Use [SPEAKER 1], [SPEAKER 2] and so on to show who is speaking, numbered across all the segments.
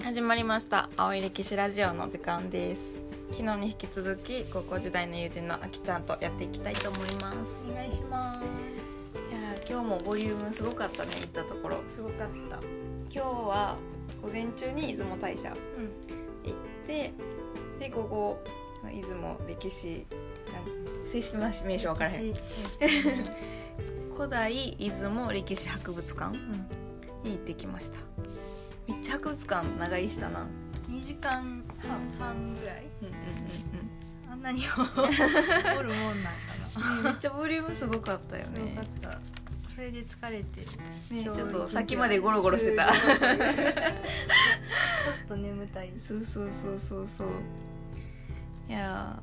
[SPEAKER 1] 始まりました青い歴史ラジオの時間です昨日に引き続き高校時代の友人のあきちゃんとやっていきたいと思います
[SPEAKER 2] お願いします
[SPEAKER 1] いやー今日もボリュームすごかったね行ったところ
[SPEAKER 2] すごかった
[SPEAKER 1] 今日は午前中に出雲大社行
[SPEAKER 2] う
[SPEAKER 1] ってで午後の出雲歴史なん正式な名称わからへん
[SPEAKER 2] ん
[SPEAKER 1] 古代出雲歴史博物館に行ってきましためっちゃ博物館長居したな
[SPEAKER 2] 2時間半半ぐらい
[SPEAKER 1] うんうんうんうん
[SPEAKER 2] あんなに おるもんなんか
[SPEAKER 1] め
[SPEAKER 2] な
[SPEAKER 1] っちゃボリュームすごかったよ
[SPEAKER 2] すごか
[SPEAKER 1] ね。
[SPEAKER 2] ったそれで疲れて
[SPEAKER 1] ねち
[SPEAKER 2] 今日
[SPEAKER 1] ょっとさっきまでゴロゴロしてた。
[SPEAKER 2] 終了という ちょっと眠たいです
[SPEAKER 1] そうそうそうそうそう。いや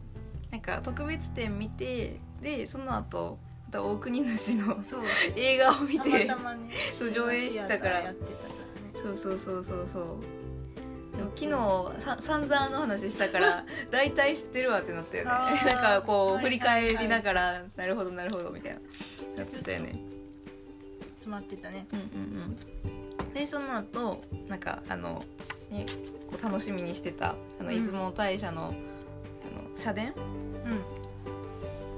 [SPEAKER 1] ーなんか特別展見てでその後また大国主の
[SPEAKER 2] そう
[SPEAKER 1] 映画を見て
[SPEAKER 2] たまたまね
[SPEAKER 1] そう上映してたから
[SPEAKER 2] やってたからね
[SPEAKER 1] そうそうそうそうそう。でも昨日さ散々あの話したから 大体知ってるわってなったよね
[SPEAKER 2] あ ー
[SPEAKER 1] なんかこう
[SPEAKER 2] は
[SPEAKER 1] 振
[SPEAKER 2] いはい
[SPEAKER 1] り返りながらなるほどなるほどみたいななってたよね
[SPEAKER 2] 詰まってたね
[SPEAKER 1] うんうんうん、でその後なんかあの、ね、こう楽しみにしてたあの
[SPEAKER 2] うん
[SPEAKER 1] 出雲大社の,、あの社殿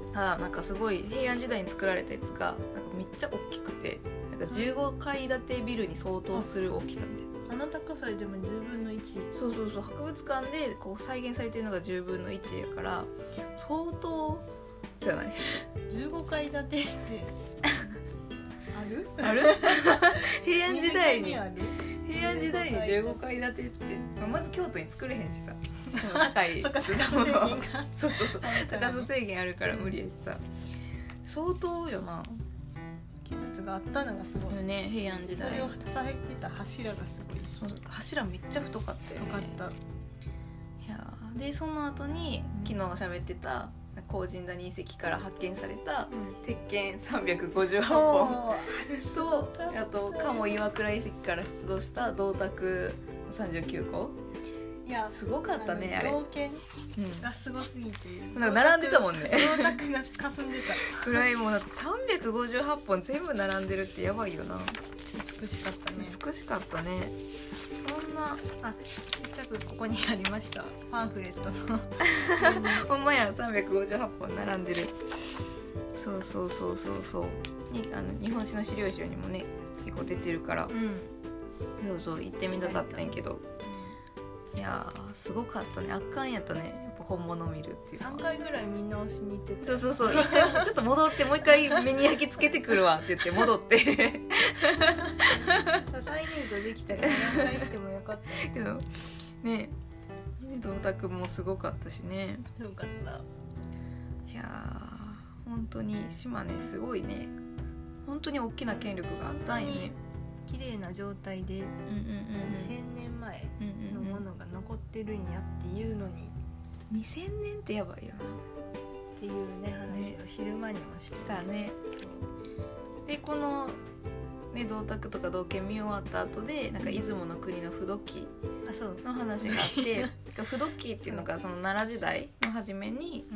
[SPEAKER 2] うん
[SPEAKER 1] がなんかすごい平安時代に作られたやつがなんかめっちゃ大きくてなんか15階建てビルに相当する大きさみたいな、
[SPEAKER 2] あの高さでも10分の1
[SPEAKER 1] そうそうそう博物館でこう再現されてるのが10分の1やから相当じゃない
[SPEAKER 2] 15階建てってある
[SPEAKER 1] あ る平安時代に
[SPEAKER 2] 身近ある
[SPEAKER 1] 平安時代に15階建てって、まあまず京都に作れへんしさ高い
[SPEAKER 2] そっかそっか
[SPEAKER 1] そう
[SPEAKER 2] 制限が
[SPEAKER 1] そうそうそう
[SPEAKER 2] ある
[SPEAKER 1] 高さ制限あるから無理やしさ相当よな
[SPEAKER 2] 技術があったのがすごい
[SPEAKER 1] ね平安時
[SPEAKER 2] それを支えてた柱がすごいし
[SPEAKER 1] 柱めっちゃ太かったよ
[SPEAKER 2] 太
[SPEAKER 1] ね
[SPEAKER 2] かっ
[SPEAKER 1] い
[SPEAKER 2] た
[SPEAKER 1] やーでその後に昨日喋ってた高神谷遺跡から発見された鉄拳358本と
[SPEAKER 2] そうだ
[SPEAKER 1] あと鴨岩倉遺跡から出土した銅鐸39個
[SPEAKER 2] いや
[SPEAKER 1] すごかったねあれ
[SPEAKER 2] の銅剣
[SPEAKER 1] うん
[SPEAKER 2] がすごすぎて
[SPEAKER 1] なんか並んでたもんね
[SPEAKER 2] 銅鐸が霞んで
[SPEAKER 1] ぐらいもうだって358本全部並んでるってやばいよな
[SPEAKER 2] た美しかったね
[SPEAKER 1] 美しかったねこんな
[SPEAKER 2] あちっちゃくここにありましたパンフレットの
[SPEAKER 1] ほんまや358本並んでるそうそうそうそうそうにあの日本史の資料集にもね結構出てるから
[SPEAKER 2] うん
[SPEAKER 1] そうそう行ってみたかったんやけどいやーすごかったね圧巻やったねやっぱ本物見るっていう
[SPEAKER 2] 3
[SPEAKER 1] のは
[SPEAKER 2] 回ぐらい見直しに行ってた
[SPEAKER 1] そうそうそう一回ちょっと戻って もう一回目に焼き付けてくるわって言って戻って
[SPEAKER 2] 再現上できたら何回行ってもよかった
[SPEAKER 1] けどねね銅鐸もすごかったしね
[SPEAKER 2] よかった
[SPEAKER 1] いやー本当に島根すごいね本当に大きな権力があったんよね
[SPEAKER 2] 綺麗な状態で
[SPEAKER 1] うんうん
[SPEAKER 2] 2000年前の
[SPEAKER 1] うんうんうん
[SPEAKER 2] ものが残ってるんやっていうのに
[SPEAKER 1] 2000年ってやばいよ
[SPEAKER 2] っていうね話を昼間にも
[SPEAKER 1] な
[SPEAKER 2] して
[SPEAKER 1] したねでこの、ね、銅鐸とか銅剣見終わった後でなんか出雲の国の不土記
[SPEAKER 2] あそう、
[SPEAKER 1] の話があって なんか不土記っていうのがその奈良時代の初めに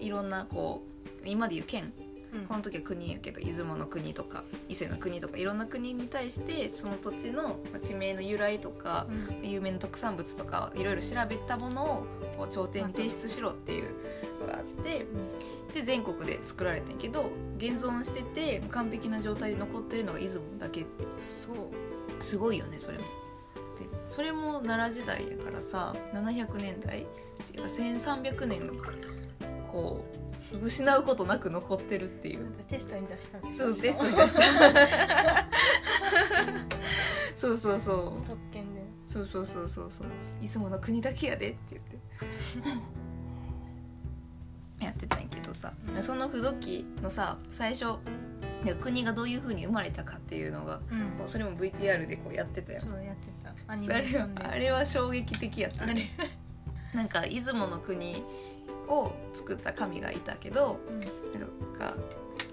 [SPEAKER 1] いろんなこう今でいう県
[SPEAKER 2] うん
[SPEAKER 1] この時は国やけど出雲の国とか伊勢の国とかいろんな国に対してその土地のまあ地名の由来とか
[SPEAKER 2] うん
[SPEAKER 1] 有名な特産物とかいろいろ調べたものをこう朝廷に提出しろっていうのがあってで全国で作られてんけど現存してて完璧な状態で残ってるのが出雲だけって
[SPEAKER 2] そう
[SPEAKER 1] すごいよねそれも。でそれも奈良時代やからさ700年代ていうか1300年こう失うことなく残ってるっていう
[SPEAKER 2] なん。かテストに出したんです
[SPEAKER 1] そうテストに出したそうそうそう
[SPEAKER 2] 特権で
[SPEAKER 1] そうそうそうそうそういつもの国だけやでって言ってやってたんやけどさその不土記のさ最初いや国がどういうふうに生まれたかっていうのが
[SPEAKER 2] うん
[SPEAKER 1] もうそれも VTR でこうやってたよ
[SPEAKER 2] そうやってたアニ
[SPEAKER 1] そ
[SPEAKER 2] メ
[SPEAKER 1] れ
[SPEAKER 2] ーションで
[SPEAKER 1] あれは衝撃的やった
[SPEAKER 2] あれ
[SPEAKER 1] なんか出雲の国を作った神がいたけど
[SPEAKER 2] うん
[SPEAKER 1] なんか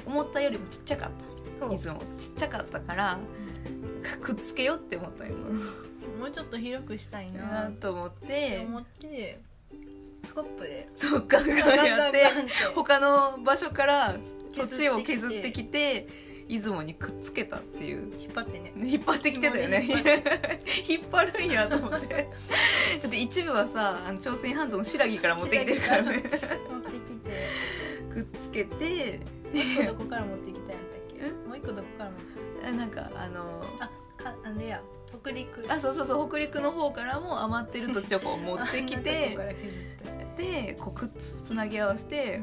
[SPEAKER 1] 思ったよりもちっちゃかった
[SPEAKER 2] そう
[SPEAKER 1] いつもちっちゃかったからくっつけようって思ったよ
[SPEAKER 2] もうちょっと広くしたい
[SPEAKER 1] な
[SPEAKER 2] な
[SPEAKER 1] と思っ
[SPEAKER 2] って
[SPEAKER 1] て
[SPEAKER 2] 思ってスコップで
[SPEAKER 1] そうガンガンやって
[SPEAKER 2] ガンガンガンって
[SPEAKER 1] 他の場所から土地を
[SPEAKER 2] 削
[SPEAKER 1] 削
[SPEAKER 2] っ
[SPEAKER 1] ってて
[SPEAKER 2] き
[SPEAKER 1] きて出雲にくっつけたっていう
[SPEAKER 2] 引っ張ってね
[SPEAKER 1] 引っ張ってきてたよね
[SPEAKER 2] 紐
[SPEAKER 1] 引っ張るんやと思って だって一部はさあの朝鮮半島の白木から持ってきてるからね
[SPEAKER 2] 持ってき て
[SPEAKER 1] くっつけて
[SPEAKER 2] もう一個どこから持ってきたんやったっけもう一個どこから持ってき
[SPEAKER 1] あなんかあの
[SPEAKER 2] たあかあれや北陸
[SPEAKER 1] あそうそうそう北陸の方からも余ってる土地をこう持ってき
[SPEAKER 2] あんなと こ
[SPEAKER 1] て
[SPEAKER 2] から削って
[SPEAKER 1] でこうくっつつなぎ合わせて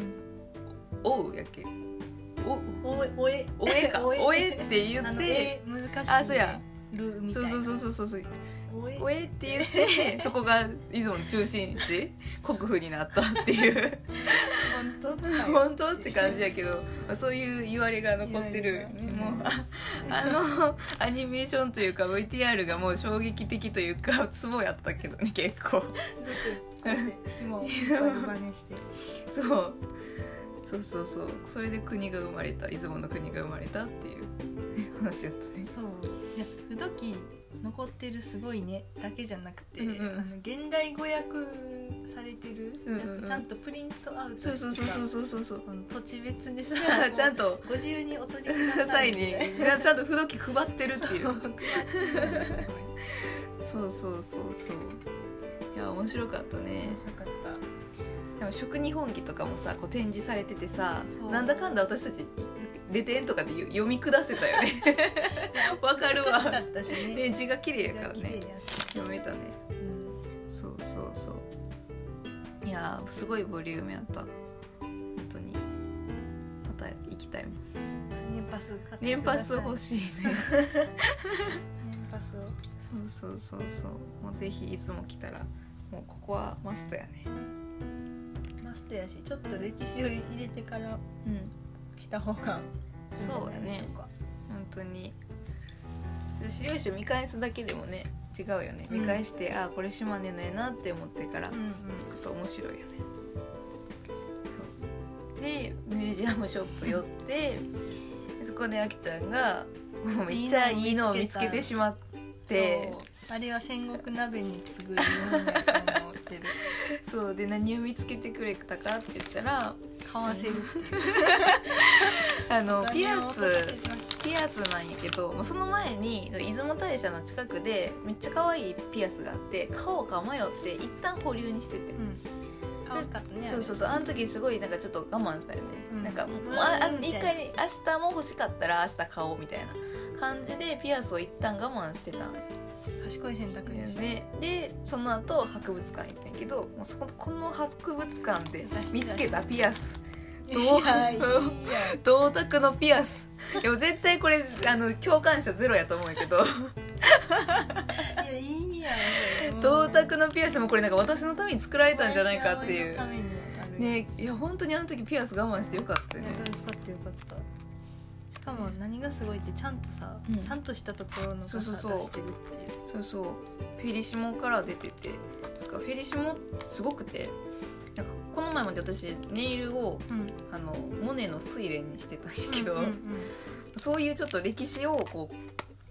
[SPEAKER 1] 「おう」やっけ「おう」
[SPEAKER 2] おえおえ
[SPEAKER 1] おえかおえって言って
[SPEAKER 2] あのえ難しい、ね、
[SPEAKER 1] あそうや
[SPEAKER 2] ルーみた
[SPEAKER 1] そ
[SPEAKER 2] いうな
[SPEAKER 1] そうそうそうそう
[SPEAKER 2] おえ
[SPEAKER 1] おえって言ってそこが出雲の中心 地国府になったっていう
[SPEAKER 2] 本当だよ
[SPEAKER 1] 本当って感じやけどまあそういう言われが残ってるね
[SPEAKER 2] 言
[SPEAKER 1] も
[SPEAKER 2] わ
[SPEAKER 1] う
[SPEAKER 2] れが
[SPEAKER 1] ああのアニメーションというか VTR がもう衝撃的というかツボやったけどね結構
[SPEAKER 2] ずっとこうやって紐をバネバネして
[SPEAKER 1] そうそうそうそうそれで国が生まれた出雲の国が生まれたっていう話やったね
[SPEAKER 2] そういや不動機残ってるすごいねだけじゃなくて、
[SPEAKER 1] うんうん
[SPEAKER 2] あの現代語訳されてる
[SPEAKER 1] うん
[SPEAKER 2] や
[SPEAKER 1] うんうん
[SPEAKER 2] つちゃんとプリントアウト
[SPEAKER 1] そうそうそうそうそうそうそう
[SPEAKER 2] この土地別でさ
[SPEAKER 1] ちゃんと
[SPEAKER 2] ご自由にお取りくださ
[SPEAKER 1] 際
[SPEAKER 2] い
[SPEAKER 1] に
[SPEAKER 2] みたいな
[SPEAKER 1] ちゃんと不動機配ってるっていう
[SPEAKER 2] そうすごい
[SPEAKER 1] そうそうそうそういや面白かったね
[SPEAKER 2] 面白かった
[SPEAKER 1] でも食日本記とかもさこう展示されててさ
[SPEAKER 2] そう
[SPEAKER 1] なんだかんだ私たちレテンとかで読み下せたよ ねわかるわ
[SPEAKER 2] 美しかったしね
[SPEAKER 1] で字が綺麗やから
[SPEAKER 2] 綺麗
[SPEAKER 1] ね
[SPEAKER 2] や
[SPEAKER 1] 読めたね
[SPEAKER 2] ったうん
[SPEAKER 1] そうそうそういやーすごいボリュームやった本当にまた行きたいもん
[SPEAKER 2] 年パス買って
[SPEAKER 1] 年パス欲
[SPEAKER 2] い
[SPEAKER 1] しいね
[SPEAKER 2] 年パスを
[SPEAKER 1] そうそうそうそうもうぜひいつも来たらもうここはマストやね
[SPEAKER 2] マストやしちょっと歴史を入れてから
[SPEAKER 1] うん
[SPEAKER 2] 来た方が
[SPEAKER 1] そうや
[SPEAKER 2] いいんじゃないでし
[SPEAKER 1] ね
[SPEAKER 2] ょか
[SPEAKER 1] 本当にちょっと資料集見返すだけでもね違うよね
[SPEAKER 2] うん
[SPEAKER 1] 見返して、ああこれ島根のやなって思ってから
[SPEAKER 2] う
[SPEAKER 1] 行
[SPEAKER 2] んうん
[SPEAKER 1] くと面白いよねそうでミュージアムショップ寄ってそこであきちゃんがもうめっちゃいいのを見つけてしまって
[SPEAKER 2] そうあれは戦国鍋に次ぐ日本だと思ってる
[SPEAKER 1] そうで何を見つけてくれたかって言ったら
[SPEAKER 2] 買わせる
[SPEAKER 1] あのピ
[SPEAKER 2] お金を
[SPEAKER 1] ア
[SPEAKER 2] 落とさせ
[SPEAKER 1] ス
[SPEAKER 2] てました
[SPEAKER 1] ピアスなんやけどまあその前に出雲大社の近くでめっちゃ可愛いピアスがあって買おうか迷って一旦保留にしてて、
[SPEAKER 2] うん買わすかったね
[SPEAKER 1] そうそううそうあの時すごいなんかちょっと我慢したよね、
[SPEAKER 2] うん
[SPEAKER 1] なんかもう
[SPEAKER 2] うん
[SPEAKER 1] ああ
[SPEAKER 2] みたい
[SPEAKER 1] 一
[SPEAKER 2] な
[SPEAKER 1] 回明日も欲しかったら明日買おうみたいな感じでピアスを一旦我慢してたんよ
[SPEAKER 2] 賢い選択でした
[SPEAKER 1] ねでその後博物館行ったんやけどもうそここの博物館で見つけたピアスどう
[SPEAKER 2] いやいいや
[SPEAKER 1] 銅鐸のピアスでも絶対これあの共感者ゼロやと思うんやけど
[SPEAKER 2] いやいいやん
[SPEAKER 1] 銅鐸のピアスもこれなんか私のために作られたんじゃないかっていう
[SPEAKER 2] 私は葵のためにある
[SPEAKER 1] ねいや本当にあの時ピアス我慢してよかった
[SPEAKER 2] い
[SPEAKER 1] ね
[SPEAKER 2] やよかったよかったしかも何がすごいってちゃんとさ、
[SPEAKER 1] うん
[SPEAKER 2] ちゃんとしたところの
[SPEAKER 1] そう
[SPEAKER 2] 傘
[SPEAKER 1] そう
[SPEAKER 2] 出
[SPEAKER 1] そう
[SPEAKER 2] してるっていう
[SPEAKER 1] そうそうフェリシモから出ててなんかフェリシモすごくてなんかこの前まで私ネイルを
[SPEAKER 2] うん
[SPEAKER 1] あのモネの睡蓮にしてたんやけど、
[SPEAKER 2] うんうん
[SPEAKER 1] そういうちょっと歴史をこう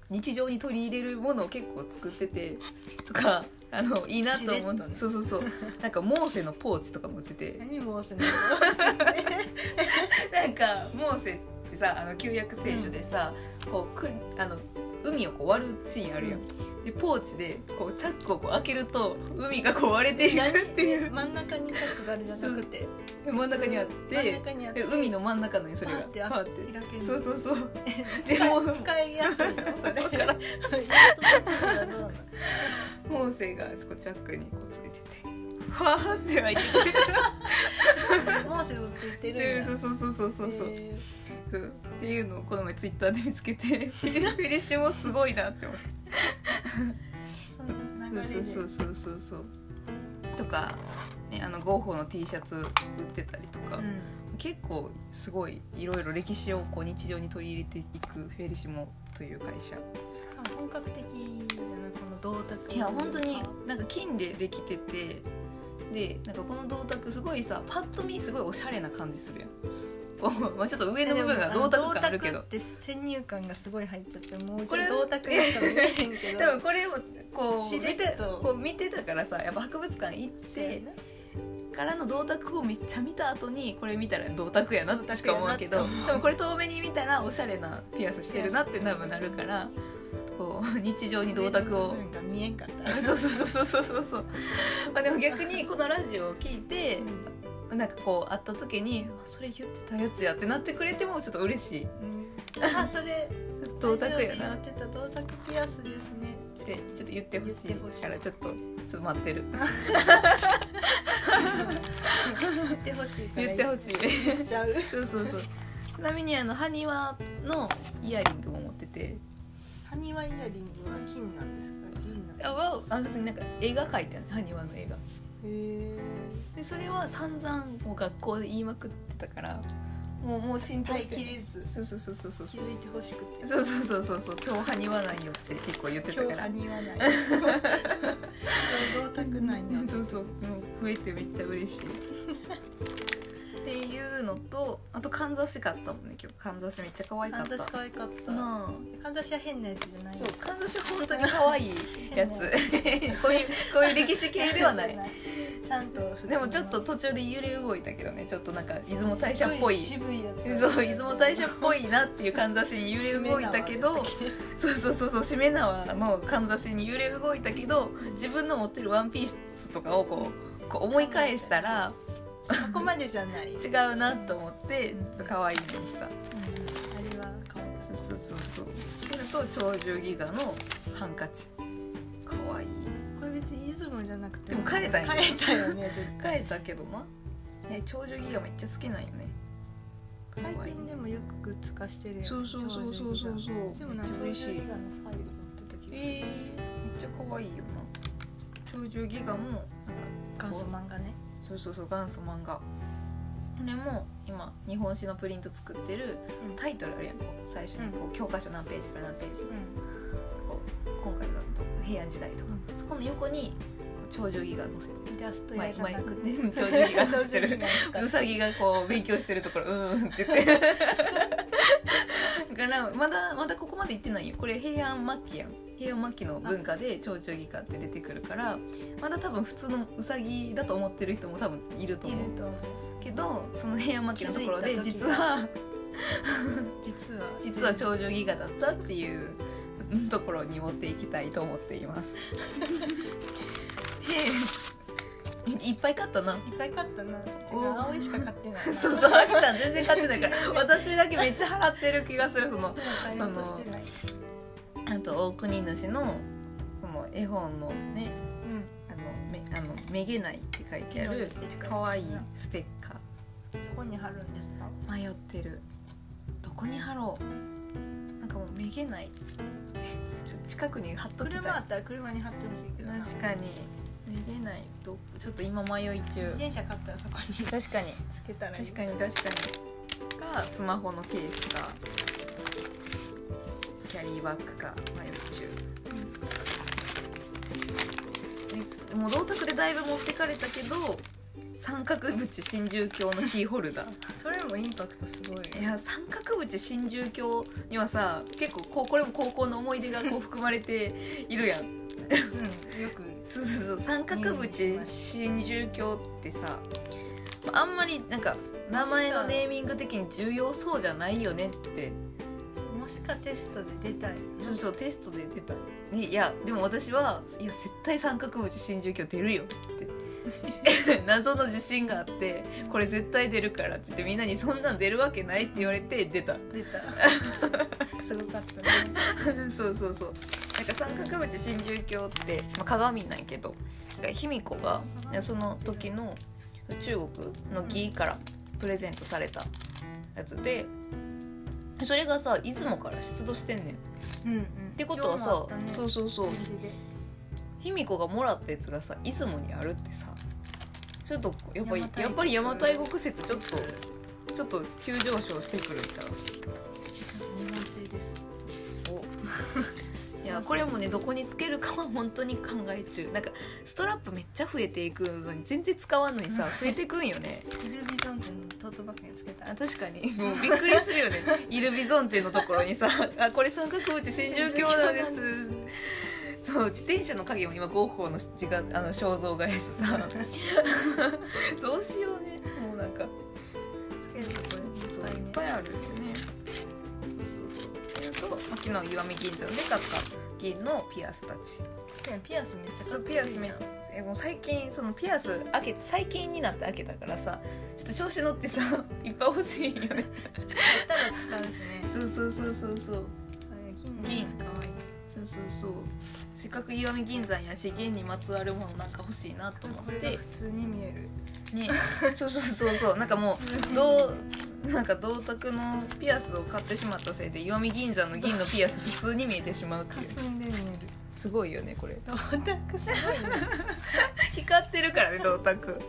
[SPEAKER 1] 日常に取り入れるものを結構作っててとかあのいいなと
[SPEAKER 2] しれ
[SPEAKER 1] 思っ、
[SPEAKER 2] ってとね
[SPEAKER 1] そうそうそうなんかモーセのポーチとかも売ってて
[SPEAKER 2] 何も押せな
[SPEAKER 1] なんかモーセってさあの旧約聖書でさ、こうくあの海をこう割るシーンあるやん、でポーチでこうチャックをこう開けると海がこう割れていく
[SPEAKER 2] い
[SPEAKER 1] っていう
[SPEAKER 2] 真ん中にチャックがあるじゃなくて
[SPEAKER 1] 真ん中にあっ
[SPEAKER 2] 真ん
[SPEAKER 1] て
[SPEAKER 2] 中にあっ
[SPEAKER 1] で
[SPEAKER 2] て
[SPEAKER 1] 海の真ん中のにそれが
[SPEAKER 2] パーってあ
[SPEAKER 1] パー
[SPEAKER 2] 開ける
[SPEAKER 1] そうそう そう
[SPEAKER 2] 使い
[SPEAKER 1] でも
[SPEAKER 2] 使いやすいのそれ
[SPEAKER 1] わからん
[SPEAKER 2] そう
[SPEAKER 1] モーセがこうチャックにこうつけててファーって開いて
[SPEAKER 2] モーセもついて
[SPEAKER 1] て
[SPEAKER 2] るん
[SPEAKER 1] で
[SPEAKER 2] や
[SPEAKER 1] そうそうそうそうそうそう
[SPEAKER 2] え
[SPEAKER 1] そうっていうのをこの前ツイッターで見つけてフィリッシュもすごいなって思って
[SPEAKER 2] ーその流れで
[SPEAKER 1] そうそうそうそうそうとか、ね、あのゴッホの T シャツ売ってたりとか、
[SPEAKER 2] うん
[SPEAKER 1] 結構すごいいろいろ歴史をこう日常に取り入れていくフェリシモという会社
[SPEAKER 2] あ本格的だなこの銅鐸
[SPEAKER 1] いや本当になんか金でできててでなんかこの銅鐸すごいさパッと見すごいおしゃれな感じするやんまあちょっと上の部分が銅鐸感あるけど
[SPEAKER 2] 銅鐸って先入観がすごい入っちゃってもううち
[SPEAKER 1] これ
[SPEAKER 2] 銅鐸の人見えへん けど
[SPEAKER 1] 多分これをこう
[SPEAKER 2] しれ
[SPEAKER 1] 見
[SPEAKER 2] ってと
[SPEAKER 1] こう見てたからさやっぱ博物館行っ
[SPEAKER 2] そうや
[SPEAKER 1] て
[SPEAKER 2] な
[SPEAKER 1] からの銅鐸をめっちゃ見た後にこれ見たら銅鐸やなってしか思うけど
[SPEAKER 2] 銅鐸やなって思う
[SPEAKER 1] でもこれ遠目に見たらおしゃれなピアスしてるなって多分なるからこう日常に銅鐸を
[SPEAKER 2] 部分が見えんかった
[SPEAKER 1] そうそうそうそうそうそうまあでも逆にこのラジオを聞いてなんかこう会った時にあそれ言ってたやつやってなってくれてもちょっと嬉しい
[SPEAKER 2] あそれ
[SPEAKER 1] 銅鐸や
[SPEAKER 2] ラ
[SPEAKER 1] な
[SPEAKER 2] ジ
[SPEAKER 1] っ
[SPEAKER 2] オで言ってた銅鐸ピアスですね
[SPEAKER 1] てちょっと言ってほし
[SPEAKER 2] 言ってほし
[SPEAKER 1] い
[SPEAKER 2] い
[SPEAKER 1] からちょっとちょっと待ってる
[SPEAKER 2] 言ってほしいか ら
[SPEAKER 1] 言ってほしい
[SPEAKER 2] 言っちゃう
[SPEAKER 1] そうそうそうちなみにあの埴輪のイヤリングも持ってて
[SPEAKER 2] 埴輪イヤリングは金なんですか銀なんですか
[SPEAKER 1] あわあ普通になんか絵が描いてある埴輪の絵が
[SPEAKER 2] へえ
[SPEAKER 1] でそれは散々もう学校で言いまくってたからもうもう浸透
[SPEAKER 2] 耐え
[SPEAKER 1] して
[SPEAKER 2] き
[SPEAKER 1] る
[SPEAKER 2] れず
[SPEAKER 1] そうそうそうそうそう
[SPEAKER 2] 気づいてほしくて
[SPEAKER 1] そうそうそうそうそう今日埴輪ないよって結構言ってたか
[SPEAKER 2] 今日
[SPEAKER 1] ら
[SPEAKER 2] 埴 輪ない今日銅鐸ないな
[SPEAKER 1] そうそうもう増えてめっちゃ嬉しいっていうのとあとかんざし買ったもんね今日かんざしめっちゃ可愛か
[SPEAKER 2] か
[SPEAKER 1] っ
[SPEAKER 2] んざ
[SPEAKER 1] た
[SPEAKER 2] し可愛かった
[SPEAKER 1] なあ
[SPEAKER 2] かんざしは変なやつじゃない
[SPEAKER 1] そうかんざしは本当に可愛いや つこういうこういう歴史系ではない
[SPEAKER 2] ちゃんと普通の
[SPEAKER 1] でもちょっと途中で揺れ動いたけどねちょっとなんか出雲大社っぽい
[SPEAKER 2] すごい渋いやつ
[SPEAKER 1] そう出雲大社っぽいなっていうかんざしに揺れ動いたけどそうそうそうそうしめ縄のかんざしに揺れ動いたけど自分の持ってるワンピースとかをこうこう思い返したら
[SPEAKER 2] そこまでじゃない、うん
[SPEAKER 1] 違うなと思ってちょっと可愛いのにした
[SPEAKER 2] あれは可愛い
[SPEAKER 1] そうそうそうそうそれと長寿ギガのハンカチ可愛い
[SPEAKER 2] これ別にイズムじゃなくて
[SPEAKER 1] でも変えたんや
[SPEAKER 2] 変えたよね絶対
[SPEAKER 1] 変えたけどなね長寿ギガめっちゃ好きなんよね可愛い
[SPEAKER 2] 最近でもよくグッズ化してるよね
[SPEAKER 1] そうそうそうそうそうそう
[SPEAKER 2] でもなんかそう
[SPEAKER 1] めっ
[SPEAKER 2] いう
[SPEAKER 1] ちゃ嬉しい
[SPEAKER 2] 映画のファイル持ってた気がする、
[SPEAKER 1] えー、めっちゃ可愛いよな長寿ギガもなんか
[SPEAKER 2] 元祖漫画ね
[SPEAKER 1] そうそうそう元祖漫画これも今日本史のプリント作ってる
[SPEAKER 2] うん
[SPEAKER 1] タイトルあるやんこう最初にこう教科書何ページから何ページこう今回だと平安時代とか、そこの横に長寿ギガ載せてる
[SPEAKER 2] イラスト屋じゃなく て
[SPEAKER 1] まあまあ長寿ギガとしてる
[SPEAKER 2] 長寿ギ ガ
[SPEAKER 1] うさぎがこう勉強してるところうんうんって 言ってだからまだまだここまで行ってないよこれ平安末期やん平安末期の文化で長寿ギガって出てくるからまだ多分普通のうさぎだと思ってる人も多分いると
[SPEAKER 2] い
[SPEAKER 1] 思
[SPEAKER 2] る
[SPEAKER 1] う
[SPEAKER 2] と
[SPEAKER 1] けどその平安末期のところで
[SPEAKER 2] 気づいた時
[SPEAKER 1] 実は
[SPEAKER 2] 実は
[SPEAKER 1] 実は長寿ギガだったっていううんところに持っていきたいと思っています。 でいっぱい買ったな。
[SPEAKER 2] いっぱい買ったな
[SPEAKER 1] お
[SPEAKER 2] 青いしか買ってないな
[SPEAKER 1] そうそう、あきちゃん全然買ってないから、私だけめっちゃ払ってる気がする、その。
[SPEAKER 2] 買い物してない
[SPEAKER 1] あと、大国主の、この絵本のね、あの、め、あの、めげないって書いてある。可愛いステッカー。
[SPEAKER 2] うんどこに貼るんですか
[SPEAKER 1] 迷ってるどこに貼ろうなんかもうめげない近くに貼っときたい
[SPEAKER 2] 車あったら車に貼ってほしいけどな
[SPEAKER 1] 確かにめげないどちょっと今迷い中
[SPEAKER 2] 自転車買ったらそこにつ
[SPEAKER 1] 確かに
[SPEAKER 2] けたらいい
[SPEAKER 1] 確かに確かにがスマホのケースかキャリーバッグか迷い中、でもう銅鐸でだいぶ持ってかれたけど三角縁真珠鏡のキーホルダー
[SPEAKER 2] それもインパクトすご い
[SPEAKER 1] いや三角縁真珠鏡にはさ結構こうこれも高校の思い出がこう含まれているやん
[SPEAKER 2] うんよく
[SPEAKER 1] そうそうそう三角縁真珠鏡ってさまああんまりなんか名前のネーミング的に重要そうじゃないよねって
[SPEAKER 2] もしかテストで出たい
[SPEAKER 1] そうそうテストで出た、ね、いやでも私はいや絶対三角縁真珠鏡出るよって謎の自信があってこれ絶対出るからって言ってみんなにそんなん出るわけないって言われて出た
[SPEAKER 2] 出た すごかったね
[SPEAKER 1] そうそうそうなんか三角縁真珠鏡って、まあ、鏡なんやけどなんか卑弥呼がその時の中国の義からプレゼントされたやつでそれがさ出雲から出土してんねんっ
[SPEAKER 2] うんうんって
[SPEAKER 1] ことはさ、そうそうそう
[SPEAKER 2] 感じで
[SPEAKER 1] 卑弥呼がもらったやつがさ出雲にあるってさちょっとやっぱりや
[SPEAKER 2] 邪馬台国
[SPEAKER 1] っぱり邪馬台国説ちょっとちょっと急上昇してくるんちゃう
[SPEAKER 2] 日本製です
[SPEAKER 1] お いやこれもねどこにつけるかは本当に考え中なんかストラップめっちゃ増えていくのに全然使わんのに さ増えてくんよね
[SPEAKER 2] イルビゾンテのトートバッグにつけた
[SPEAKER 1] あ確かにもうびっくりする よねイルビゾンテのところにさ「あこれ三角打ち真珠鏡なんです」そう自転車の影も今ゴッホの自画あの肖像画やし さどうしようねもうなんか
[SPEAKER 2] つけるとこい
[SPEAKER 1] そう
[SPEAKER 2] っぱい
[SPEAKER 1] いっ
[SPEAKER 2] ね
[SPEAKER 1] ぱいあるよねそうそうそうそれと、まあ、昨日石見銀山で買った銀のピアスたち
[SPEAKER 2] そうやピアスめっちゃ
[SPEAKER 1] そ
[SPEAKER 2] かっ
[SPEAKER 1] う
[SPEAKER 2] こいい
[SPEAKER 1] ピ
[SPEAKER 2] や
[SPEAKER 1] ア
[SPEAKER 2] ん
[SPEAKER 1] スめえもう最近そのピアス開け最近になって開けたからさちょっと調子乗ってさ いっぱい欲しいよね
[SPEAKER 2] たら使うしね
[SPEAKER 1] そうそうそうそうそう
[SPEAKER 2] あれ金のやつかわいい
[SPEAKER 1] そうそうそうせっかく石見銀山やし銀にまつわるものなんか欲しいなと思っ
[SPEAKER 2] これが
[SPEAKER 1] て
[SPEAKER 2] 普通に見える
[SPEAKER 1] ねそうそうそうそうなんかもうどうなんか銅鐸のピアスを買ってしまったせいで石見銀山の銀のピアス普通に見えてしまうっていう
[SPEAKER 2] 霞んで見える
[SPEAKER 1] すごいよねこれ
[SPEAKER 2] どうたくすごいね
[SPEAKER 1] 光ってるからね銅鐸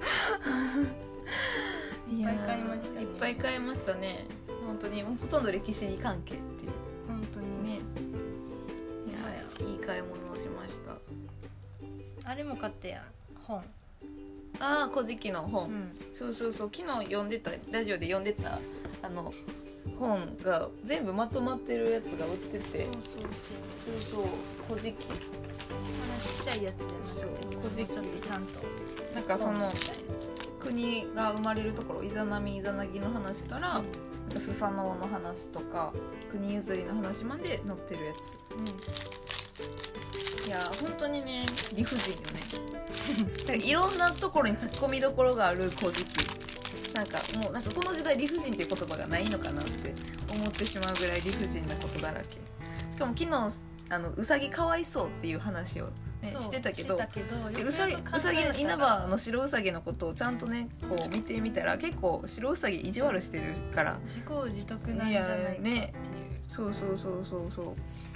[SPEAKER 1] いやー
[SPEAKER 2] いっぱい買いましたね
[SPEAKER 1] いっぱい買いましたね本当にもうほとんど歴史に関係っていう
[SPEAKER 2] 本当に
[SPEAKER 1] ね
[SPEAKER 2] ね
[SPEAKER 1] いやいい買い物をしました
[SPEAKER 2] あれも買ってやん本
[SPEAKER 1] ああ「古事記」の本、
[SPEAKER 2] うん
[SPEAKER 1] そうそうそう昨日読んでたラジオで読んでたあの本が全部まとまってるやつが売って
[SPEAKER 2] そう
[SPEAKER 1] て
[SPEAKER 2] そうそう
[SPEAKER 1] そうそう「古事記
[SPEAKER 2] あのちっちゃいやつでも
[SPEAKER 1] そう
[SPEAKER 2] こじちょっとちゃんと」
[SPEAKER 1] なんかその国が生まれるところイザナミイザナギの話からスサノオの話とか国譲りの話まで載ってるやつ
[SPEAKER 2] うん
[SPEAKER 1] いやー本当にね理不尽よねだからいろん なところに突っ込みどころがある「古事記」なんかもうなんかこの時代理不尽っていう言葉がないのかなって思ってしまうぐらい理不尽なことだらけしかも昨日あのうさぎかわいそうっていう話を、ね、
[SPEAKER 2] そう
[SPEAKER 1] してたけど
[SPEAKER 2] してたけど
[SPEAKER 1] でうさぎ
[SPEAKER 2] よくよく考えたら
[SPEAKER 1] うさぎの稲葉の白うさぎのことをちゃんとねこう見てみたら結構白うさぎ意地悪してるから
[SPEAKER 2] 自業自得なんじゃないかっていう
[SPEAKER 1] いやねそうそうそうそうそ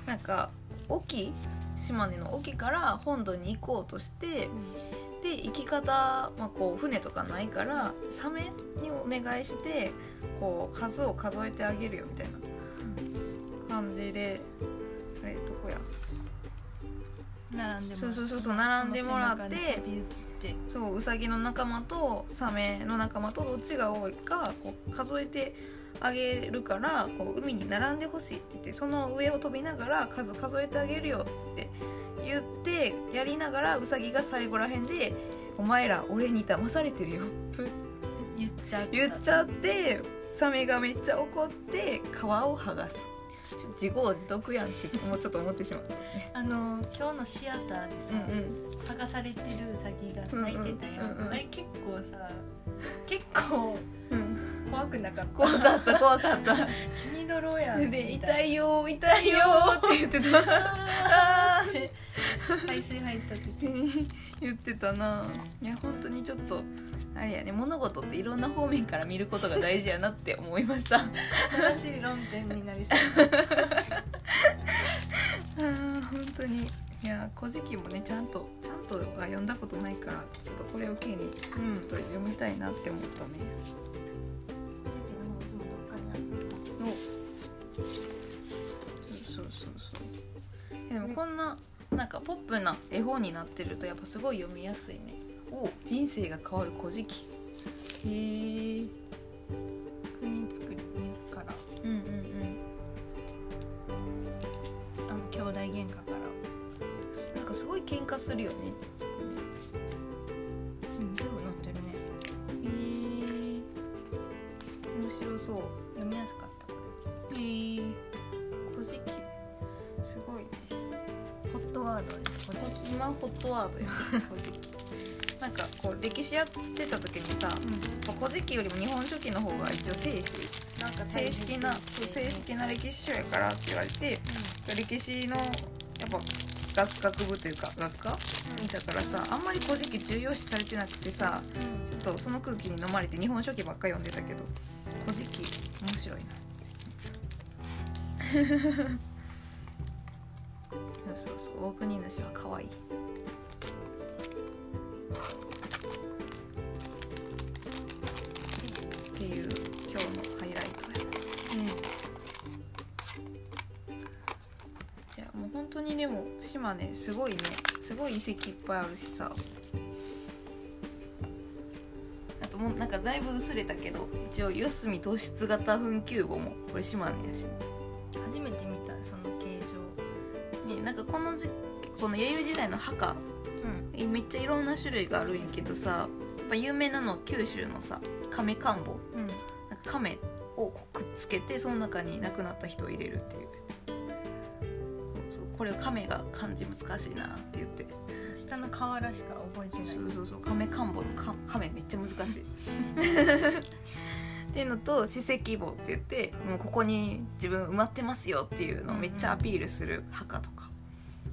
[SPEAKER 1] うなんか隠岐島根の隠岐から本土に行こうとしてで行き方、まあ、こう船とかないからサメにお願いしてこう数を数えてあげるよみたいな感じであれどこや
[SPEAKER 2] 並んでもらって
[SPEAKER 1] そうそうそうそう並んでもらっ
[SPEAKER 2] その背中
[SPEAKER 1] て
[SPEAKER 2] に飛び移って
[SPEAKER 1] そうウサギの仲間とサメの仲間とどっちが多いかこう数えてあげるからこう海に並んでほしいって言ってその上を飛びながら数数えてあげるよって言ってやりながらウサギが最後らへんで「お前ら俺に騙されてるよ」
[SPEAKER 2] 言っちゃう
[SPEAKER 1] 言っちゃってサメがめっちゃ怒って皮を剥がす。ちょっと自業自得やんってもうちょっと思ってしまった。
[SPEAKER 2] あの今日のシアターでさ、
[SPEAKER 1] ん
[SPEAKER 2] 剥がされてるウサギが泣いてたよ、
[SPEAKER 1] うんうんうんうん
[SPEAKER 2] あれ結構さ結構
[SPEAKER 1] うん。
[SPEAKER 2] 怖くなかった
[SPEAKER 1] 怖かった怖かった。
[SPEAKER 2] 血みどろやん
[SPEAKER 1] で
[SPEAKER 2] みた
[SPEAKER 1] 痛いよ痛いよって言ってた。あー
[SPEAKER 2] 排水入ったって
[SPEAKER 1] って言ってたな。いや本当にちょっとあれやね物事っていろんな方面から見ることが大事やなって思いました。あ
[SPEAKER 2] 正しい論点になりそう
[SPEAKER 1] ー本当に。いや古事記もねちゃんとちゃんとは読んだことないからちょっとこれを機に
[SPEAKER 2] うん
[SPEAKER 1] ちょっと読みたいなって思ったね。そうそうそうえでもこんななんかポップな絵本になってるとやっぱすごい読みやすいねお人生が変わる古事記へえ
[SPEAKER 2] 国作りから
[SPEAKER 1] うんうんうん
[SPEAKER 2] あの兄弟喧嘩から、
[SPEAKER 1] なんかすごい喧嘩するよねそこ
[SPEAKER 2] うん、全部載ってるね
[SPEAKER 1] ねへえ面白そう
[SPEAKER 2] 読みやすかったこ
[SPEAKER 1] へえ古事記すごいね
[SPEAKER 2] れホットワードですこれ
[SPEAKER 1] 今ホットワードやね古事記なんかこう歴史やってた時にさ「古事記」よりも「日本書紀」の方が一応正史
[SPEAKER 2] なんか
[SPEAKER 1] 正式なそう正式な歴史書やからって言われて歴史のやっぱ学学部というか学科だからさあんまり古事記重要視されてなくてさちょっとその空気に飲まれて日本書紀ばっか読んでたけど古事記面白いな そうそうそう大国主は可愛いっていう今日のハイライトやいやもう本当にでも島根すごいねすごい遺跡いっぱいあるしさあともうなんかだいぶ薄れたけど一応四隅突出型墳丘墓もこれ島根やしね
[SPEAKER 2] 初めて見たその形状
[SPEAKER 1] ねなんかこのじこの弥生時代の墓
[SPEAKER 2] うん
[SPEAKER 1] めっちゃいろんな種類があるんやけどさやっぱ有名なのは九州のさ亀官房
[SPEAKER 2] うん
[SPEAKER 1] なんか亀をこうくっつけてその中に亡くなった人を入れるっていうやつそうこれを亀が漢字難しいなって言って
[SPEAKER 2] 下の瓦しか覚えてない
[SPEAKER 1] そうそうそう亀官房のか亀めっちゃ難し いっていうのと史跡簿って言ってもうここに自分埋まってますよっていうのをめっちゃアピールする墓とか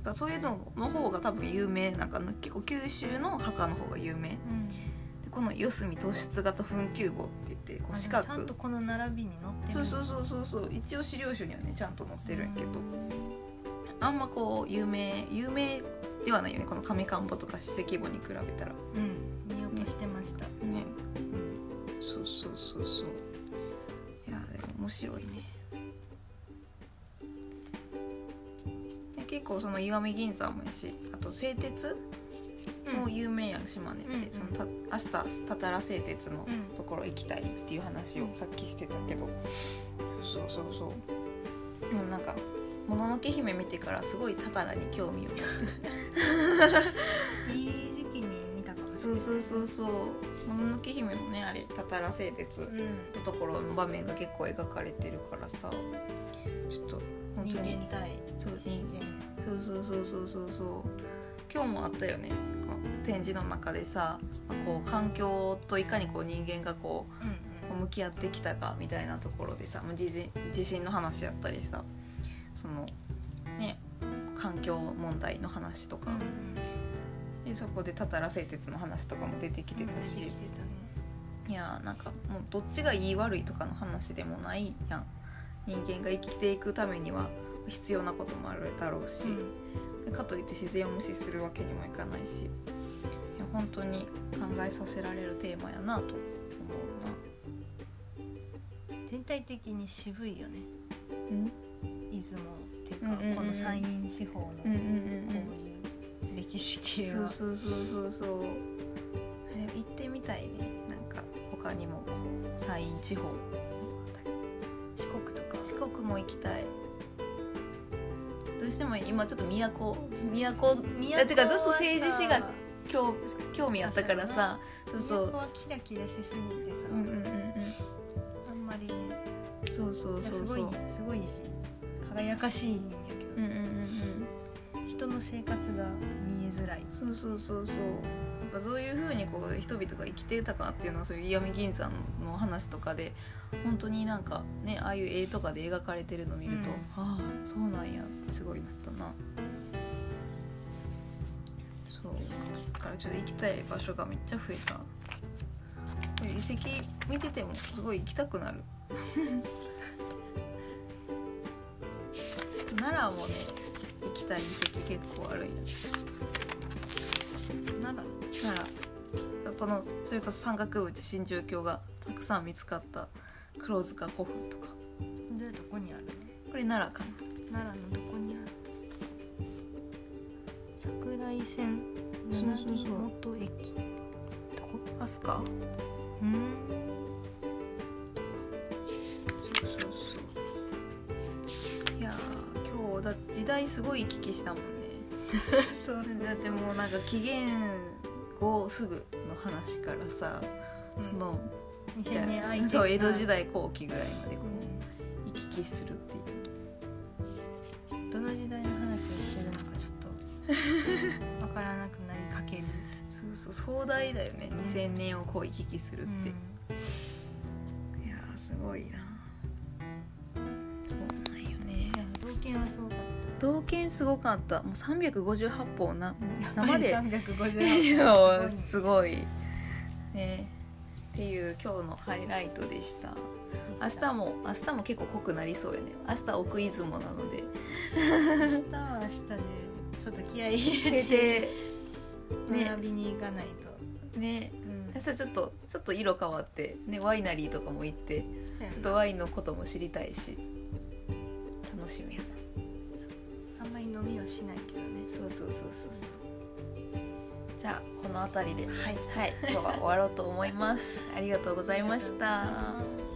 [SPEAKER 1] だからそういうのの方が多分有名なんかな結構九州の墓の方が有名
[SPEAKER 2] うん
[SPEAKER 1] でこの四隅突出型墳丘墓って言ってこ
[SPEAKER 2] あ
[SPEAKER 1] う
[SPEAKER 2] で
[SPEAKER 1] 四
[SPEAKER 2] も
[SPEAKER 1] 角
[SPEAKER 2] ちゃんとこの並びに載ってる
[SPEAKER 1] そうそうそうそうそう一応資料集にはねちゃんと載ってるんやけどあんまこう有名有名ではないよねこの亀看簿とか史跡簿に比べたら
[SPEAKER 2] うん見落としてました、
[SPEAKER 1] ねそうそうそうそういやでも面白いねで結構その石見銀山もやしあと製鉄も
[SPEAKER 2] もう
[SPEAKER 1] 有名や島根って、
[SPEAKER 2] うんうん
[SPEAKER 1] そのた明日たたら製鉄のところ行きたいっていう話をさっきしてたけど、そうそうそうでもなんか「もののけ姫」見てからすごいたたらに興味を
[SPEAKER 2] いい時期に見たかもしれ
[SPEAKER 1] そうそうそうそう「もののけ姫」もねあれたたら製鉄
[SPEAKER 2] ない、うん
[SPEAKER 1] のところの場面が結構描かれてるからさちょっと本
[SPEAKER 2] 見
[SPEAKER 1] 当
[SPEAKER 2] て
[SPEAKER 1] に
[SPEAKER 2] みたい
[SPEAKER 1] そう
[SPEAKER 2] 自然
[SPEAKER 1] そうそうそうそうそうそう今日もあったよねこう展示の中でさこう環境といかにこう人間がこう
[SPEAKER 2] うん
[SPEAKER 1] こう向き合ってきたかみたいなところでさもう地震地震の話やったりさそのね環境問題の話とか、でそこでたたら製鉄の話とかも出てきてたし、いやーなんかもうどっちがいい悪いとかの話でもないやん人間が生きていくためには必要なこともあるだろうし、でかといって自然を無視するわけにもいかないしいや本当に考えさせられるテーマやなと思うな。
[SPEAKER 2] 全体的に渋いよね
[SPEAKER 1] うん
[SPEAKER 2] 出雲っていうか、
[SPEAKER 1] うんうんうん
[SPEAKER 2] この山陰地方のこ
[SPEAKER 1] うんうん
[SPEAKER 2] う
[SPEAKER 1] うんうん
[SPEAKER 2] いう歴史系
[SPEAKER 1] そ
[SPEAKER 2] は
[SPEAKER 1] うそうそうそうそうあでも行ってみたいねなんか他にもこう山陰地方
[SPEAKER 2] 四国とか
[SPEAKER 1] 四国も行きたいどうしても今ちょっと都都
[SPEAKER 2] 宮古はさ
[SPEAKER 1] だってかずっと政治史が興興味あったからさそうそ
[SPEAKER 2] 宮古
[SPEAKER 1] う
[SPEAKER 2] はキラキラしすぎてさ、
[SPEAKER 1] うんうんうん
[SPEAKER 2] あんまりね
[SPEAKER 1] うんそうそうそう
[SPEAKER 2] す
[SPEAKER 1] そ
[SPEAKER 2] ごいうすごいし輝かしいんやけど
[SPEAKER 1] うんうんうんうん
[SPEAKER 2] 人の生活が見えづらい
[SPEAKER 1] そうそうそうそうやっぱそういうふうにこう人々が生きてたかっていうのはそういう石見銀山の話とかで本当になんかねああいう絵とかで描かれてるの見ると、
[SPEAKER 2] うん
[SPEAKER 1] ああそうなんやってすごいなったなそうだからちょっと行きたい場所がめっちゃ増えたこれ遺跡見ててもすごい行きたくなる 奈良もね行きたい遺跡結構あるんや
[SPEAKER 2] なら
[SPEAKER 1] ならこのそれこそ山岳部地神獣鏡がたくさん見つかった黒塚古墳とか
[SPEAKER 2] でどこにあるの
[SPEAKER 1] これ奈良かな
[SPEAKER 2] 奈良のどこにある桜井線
[SPEAKER 1] そうそうそう
[SPEAKER 2] 柳本駅どこ
[SPEAKER 1] 飛鳥
[SPEAKER 2] うん
[SPEAKER 1] そうそう そういやー今日だ時代すごい行き来したもんね
[SPEAKER 2] そ
[SPEAKER 1] だってもうなんか紀元後すぐの話からさ、その、
[SPEAKER 2] 2000年空いて
[SPEAKER 1] そう江戸時代後期ぐらいまでこ
[SPEAKER 2] う
[SPEAKER 1] う行き来するっていうん
[SPEAKER 2] どの時代の話をしてるのかちょっとわからなくなりかける
[SPEAKER 1] そうそう壮大だよね2000年をこう行き来するって、いやーすごいなそうなんよね
[SPEAKER 2] いや同犬はそうか
[SPEAKER 1] 同犬すごかったもう358本な生で
[SPEAKER 2] 三百五十
[SPEAKER 1] いやすごいねっていう今日のハイライトでした明日も明日も結構濃くなりそうよね明日奥出雲なので
[SPEAKER 2] 明日は明日でちょっと気合い入れ
[SPEAKER 1] 出
[SPEAKER 2] て
[SPEAKER 1] てね
[SPEAKER 2] 並びに行かないと、
[SPEAKER 1] ね
[SPEAKER 2] うん
[SPEAKER 1] 明日ちょっとちょっと色変わってねワイナリーとかも行って
[SPEAKER 2] そうや
[SPEAKER 1] ちょっ
[SPEAKER 2] な
[SPEAKER 1] とワインのことも知りたいし楽しみやな
[SPEAKER 2] あんまり飲みはしないけどね
[SPEAKER 1] そうそうそうそうそう。じゃあこの辺りで、はい、今日は終わろうと思います。ありがとうございました。